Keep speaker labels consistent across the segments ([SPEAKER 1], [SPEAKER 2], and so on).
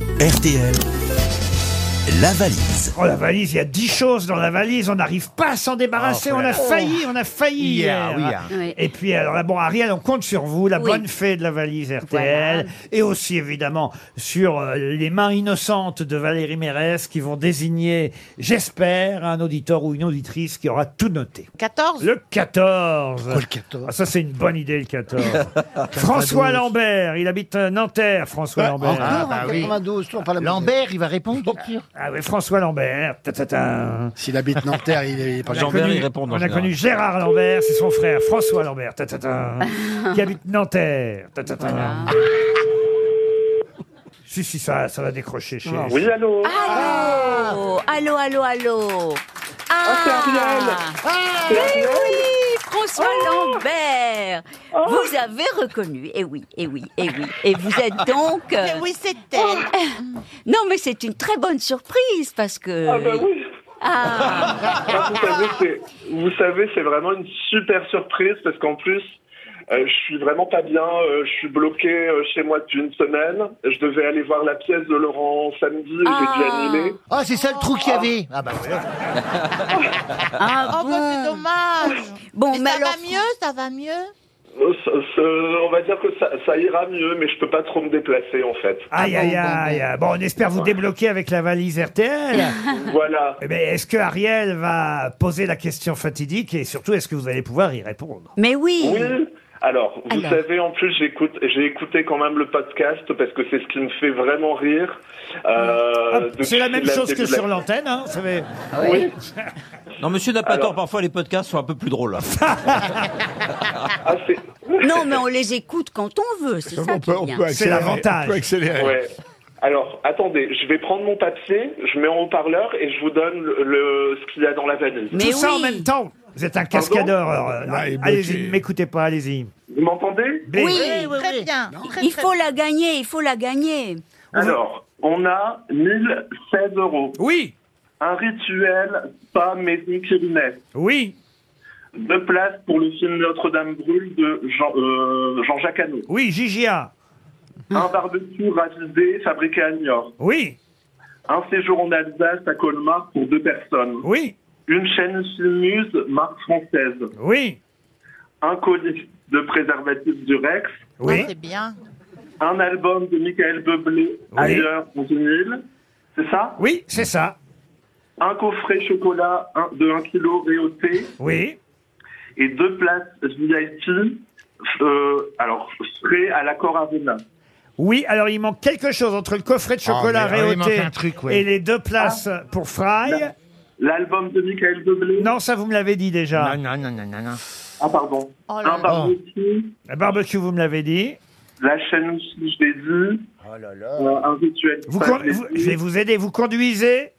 [SPEAKER 1] RTL, la valise.
[SPEAKER 2] Oh la valise, il y a dix choses dans la valise, on n'arrive pas à s'en débarrasser,
[SPEAKER 3] Oh,
[SPEAKER 2] on a
[SPEAKER 3] frère.
[SPEAKER 2] failli, on a failli
[SPEAKER 3] Hier,
[SPEAKER 2] hier.
[SPEAKER 3] oui, hein. hier.
[SPEAKER 4] Oui.
[SPEAKER 2] Et puis alors là, bon Ariel, on compte sur vous, la
[SPEAKER 4] Oui.
[SPEAKER 2] bonne fée de la valise RTL,
[SPEAKER 4] Voilà.
[SPEAKER 2] et aussi évidemment sur euh, les mains innocentes de Valérie Mérès qui vont désigner, j'espère, un auditeur ou une auditrice qui aura tout noté.
[SPEAKER 4] 14
[SPEAKER 2] Le 14.
[SPEAKER 3] le 14?
[SPEAKER 2] Ah, ça c'est une bonne idée le 14. François Lambert, il habite euh, Nanterre, François Lambert.
[SPEAKER 3] Ah,
[SPEAKER 5] Encore
[SPEAKER 3] bah
[SPEAKER 5] en
[SPEAKER 3] oui.
[SPEAKER 5] 92, toujours pas la
[SPEAKER 3] Lambert, il va répondre.
[SPEAKER 2] Ah oui, François Lambert. Ta, ta, ta.
[SPEAKER 5] S'il habite Nanterre, il est pas
[SPEAKER 2] On a connu- On a connu Gérard Lambert, c'est son frère François Lambert, ta, ta, ta, qui habite Nanterre. ta, ta, ta. Si, si, ça, ça va décrocher chez
[SPEAKER 6] Ah Oui, allô
[SPEAKER 4] Allô Allô, allô, allô
[SPEAKER 6] c'est Ariel.
[SPEAKER 4] Ah, Mais oui François Lambert Vous avez reconnu, et oui, et oui, et oui. Et vous êtes donc... euh,
[SPEAKER 7] Oui, c'est elle.
[SPEAKER 4] Non, mais c'est une très bonne surprise, parce que...
[SPEAKER 6] Ah ben oui
[SPEAKER 4] Ah,
[SPEAKER 6] Ah, vous savez, c'est, vous savez, c'est vraiment une super surprise parce qu'en plus, euh, je suis vraiment pas bien. euh, je suis bloqué euh, chez moi depuis une semaine. Je devais aller voir la pièce de Laurent samedi et j'ai dû
[SPEAKER 4] Ah.
[SPEAKER 6] annuler.
[SPEAKER 3] Ah, c'est ça le trou qu'il y avait. Ah, bah voilà.
[SPEAKER 4] ah,
[SPEAKER 7] Oh, bah, c'est
[SPEAKER 4] bon
[SPEAKER 7] dommage.
[SPEAKER 4] Bon,
[SPEAKER 7] Mais
[SPEAKER 4] mais
[SPEAKER 7] ça
[SPEAKER 4] alors...
[SPEAKER 7] va mieux, ça va mieux.
[SPEAKER 6] Euh, ça- ça- on va dire que ça, ça ira mieux, mais je peux pas trop me déplacer en fait.
[SPEAKER 2] Aïe, aïe, aïe. Ah Bon, on espère vous débloquer avec la valise RTL.
[SPEAKER 6] Voilà.
[SPEAKER 2] Eh ben, est-ce que Ariel va poser la question fatidique et surtout, est-ce que vous allez pouvoir y répondre
[SPEAKER 4] Mais oui,
[SPEAKER 6] Oui. Alors, vous
[SPEAKER 4] Alors.
[SPEAKER 6] savez, en plus, j'écoute, j'ai écouté quand même le podcast parce que c'est ce qui me fait vraiment rire. Euh,
[SPEAKER 2] Hop,
[SPEAKER 6] depuis
[SPEAKER 2] Ah, C'est la même chose
[SPEAKER 6] début
[SPEAKER 2] que
[SPEAKER 6] de la-
[SPEAKER 2] sur l'antenne, hein, vous savez.
[SPEAKER 6] Oui.
[SPEAKER 8] Non, monsieur n'a pas
[SPEAKER 6] Alors-
[SPEAKER 8] tort, parfois les podcasts sont un peu plus drôles. hein.
[SPEAKER 6] Ah, c'est-
[SPEAKER 4] non, mais on les écoute quand on veut, c'est ça qui est bien.
[SPEAKER 2] C'est l'avantage.
[SPEAKER 6] Ouais. Alors, attendez, je vais prendre mon papier, je mets en haut-parleur et je vous donne le, le- ce qu'il y a dans la valise.
[SPEAKER 4] Mais
[SPEAKER 2] Tout ça en
[SPEAKER 4] oui.
[SPEAKER 2] même temps. Vous êtes un cascadeur. alors,
[SPEAKER 6] Ah,
[SPEAKER 2] euh, allez-y, ne m'écoutez pas, allez-y.
[SPEAKER 6] Vous m'entendez
[SPEAKER 2] Blé.
[SPEAKER 7] très bien. Très,
[SPEAKER 4] Il
[SPEAKER 7] très
[SPEAKER 4] faut
[SPEAKER 7] bien.
[SPEAKER 4] la gagner, il faut la gagner.
[SPEAKER 6] Alors, on a 1016 euros.
[SPEAKER 2] Oui,
[SPEAKER 6] Un rituel, pas maison Kirinet.
[SPEAKER 2] oui,
[SPEAKER 6] Deux places pour le film Notre-Dame brûle de Jean, euh, Jean-Jacques Hano.
[SPEAKER 2] oui, Gigia.
[SPEAKER 6] Un barbecue ravisé fabriqué à Niort.
[SPEAKER 2] Oui,
[SPEAKER 6] Un séjour en Alsace à Colmar pour deux personnes.
[SPEAKER 2] oui,
[SPEAKER 6] Une chaîne Filmuse, marque française.
[SPEAKER 2] oui,
[SPEAKER 6] Un colis de préservatifs du Rex.
[SPEAKER 2] oui.
[SPEAKER 7] Ah, C'est bien.
[SPEAKER 6] un album de Michael Bublé ailleurs en vinyle, c'est ça
[SPEAKER 2] Oui, c'est ça.
[SPEAKER 6] Un coffret chocolat un- de 1 kg réauté
[SPEAKER 2] Oui.
[SPEAKER 6] et deux places VIP, euh, alors frais à l'accord Arena.
[SPEAKER 2] Oui, alors il manque quelque chose entre le coffret de chocolat
[SPEAKER 3] mais, ah oui, il
[SPEAKER 2] réauté
[SPEAKER 3] manque un truc, ouais.
[SPEAKER 2] et les deux places pour Fry.
[SPEAKER 6] L'album de Michael Bublé
[SPEAKER 2] Non, ça vous me l'avez dit déjà.
[SPEAKER 3] Non, non, non, non, non, non.
[SPEAKER 6] Ah pardon.
[SPEAKER 7] Oh là
[SPEAKER 6] un
[SPEAKER 7] là.
[SPEAKER 6] barbecue,
[SPEAKER 2] Le barbecue, vous me l'avez dit.
[SPEAKER 6] la chaîne aussi, je l'ai dit,
[SPEAKER 3] Oh là là.
[SPEAKER 6] euh, un rituel.
[SPEAKER 2] Vous,
[SPEAKER 6] Ça,
[SPEAKER 2] con-
[SPEAKER 6] je l'ai
[SPEAKER 2] vous-
[SPEAKER 6] dit.
[SPEAKER 2] je vais vous aider. Vous conduisez.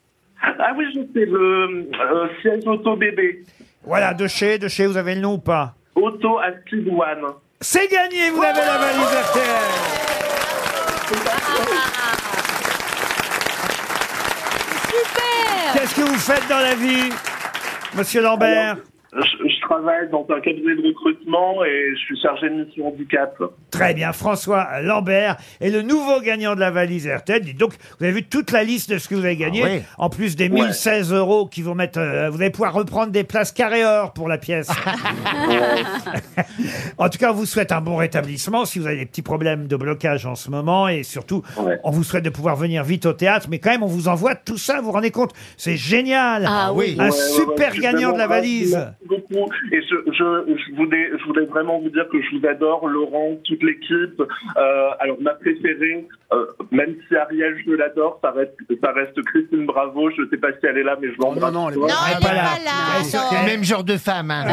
[SPEAKER 6] Ah oui, je sais, le euh, siège auto-bébé,
[SPEAKER 2] Voilà, de chez, de chez, vous avez le nom ou pas
[SPEAKER 6] auto à Speed One.
[SPEAKER 2] C'est gagné, vous avez la valise RTL.
[SPEAKER 4] Super
[SPEAKER 2] Qu'est-ce que vous faites dans la vie, monsieur Lambert
[SPEAKER 6] Je, je travaille dans un cabinet de recrutement et je suis chargé de mission handicap.
[SPEAKER 2] Très bien, François Lambert est le nouveau gagnant de la valise RTL. Dites donc, vous avez vu toute la liste de ce que vous avez gagné,
[SPEAKER 3] Ah ouais.
[SPEAKER 2] en plus des
[SPEAKER 6] Ouais.
[SPEAKER 2] 1016 euros qui vont mettre, euh, vous allez pouvoir reprendre des places carré or pour la pièce. en tout cas, on vous souhaite un bon rétablissement si vous avez des petits problèmes de blocage en ce moment et surtout,
[SPEAKER 6] Ouais.
[SPEAKER 2] on vous souhaite de pouvoir venir vite au théâtre, mais quand même, on vous envoie tout ça, vous vous rendez compte, c'est génial.
[SPEAKER 4] Ah oui.
[SPEAKER 2] Un
[SPEAKER 6] Ouais, ouais, ouais,
[SPEAKER 2] super
[SPEAKER 6] je suis
[SPEAKER 2] gagnant de la
[SPEAKER 6] vraiment
[SPEAKER 2] valise.
[SPEAKER 6] ravi, Merci beaucoup. Et je, je, je voulais, je voulais vraiment vous dire que je vous adore, Laurent, toute l'équipe. Euh, alors, ma préférée, euh, même si Ariel, je l'adore, ça reste, ça reste Christine Bravo. Je sais pas si elle est là, mais je l'embrasse.
[SPEAKER 5] non, elle est
[SPEAKER 6] fort.
[SPEAKER 7] Non, elle n'est
[SPEAKER 2] pas là.
[SPEAKER 7] pas là.
[SPEAKER 2] Elle est sur
[SPEAKER 7] non.
[SPEAKER 2] terre.
[SPEAKER 3] Même genre de femme, hein.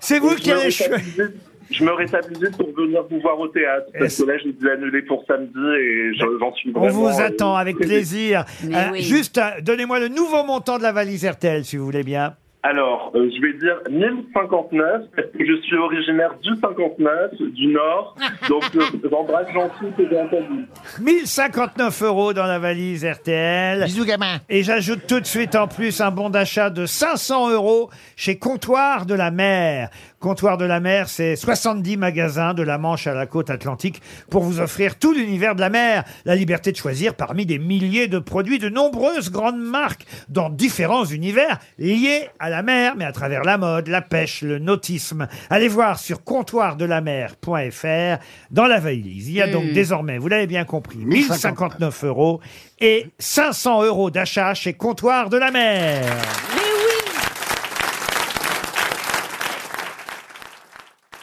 [SPEAKER 2] C'est vous
[SPEAKER 6] Je
[SPEAKER 2] qui
[SPEAKER 6] me
[SPEAKER 2] allez
[SPEAKER 6] rétablis-
[SPEAKER 2] choisir.
[SPEAKER 6] Je me rétablis vite pour venir vous voir au théâtre. Parce
[SPEAKER 2] Et-
[SPEAKER 6] que là, j'ai dû annuler pour samedi et je- j'en suis
[SPEAKER 2] On
[SPEAKER 6] vraiment...
[SPEAKER 2] vous attend
[SPEAKER 6] euh,
[SPEAKER 2] avec
[SPEAKER 6] très-
[SPEAKER 2] plaisir.
[SPEAKER 4] Mais oui.
[SPEAKER 2] Juste, euh, donnez-moi le nouveau montant de la valise RTL, si vous voulez bien.
[SPEAKER 6] Alors, euh, je vais dire 1059, parce que je suis originaire du 59, du Nord. Donc, euh, j'embrasse gentil que j'ai entendu.
[SPEAKER 2] 1059 euros dans la valise RTL.
[SPEAKER 3] Bisous, gamin.
[SPEAKER 2] Et j'ajoute tout de suite en plus un bon d'achat de 500 euros chez Comptoir de la Mer. Comptoir de la mer, c'est 70 magasins de la Manche à la côte atlantique pour vous offrir tout l'univers de la mer. La liberté de choisir parmi des milliers de produits de nombreuses grandes marques dans différents univers liés à la mer, mais à travers la mode, la pêche, le nautisme. Allez voir sur comptoirdelamer.fr dans la valise. Il y a donc désormais, vous l'avez bien compris, 1059 euros et 500 euros d'achat chez Comptoir de la mer.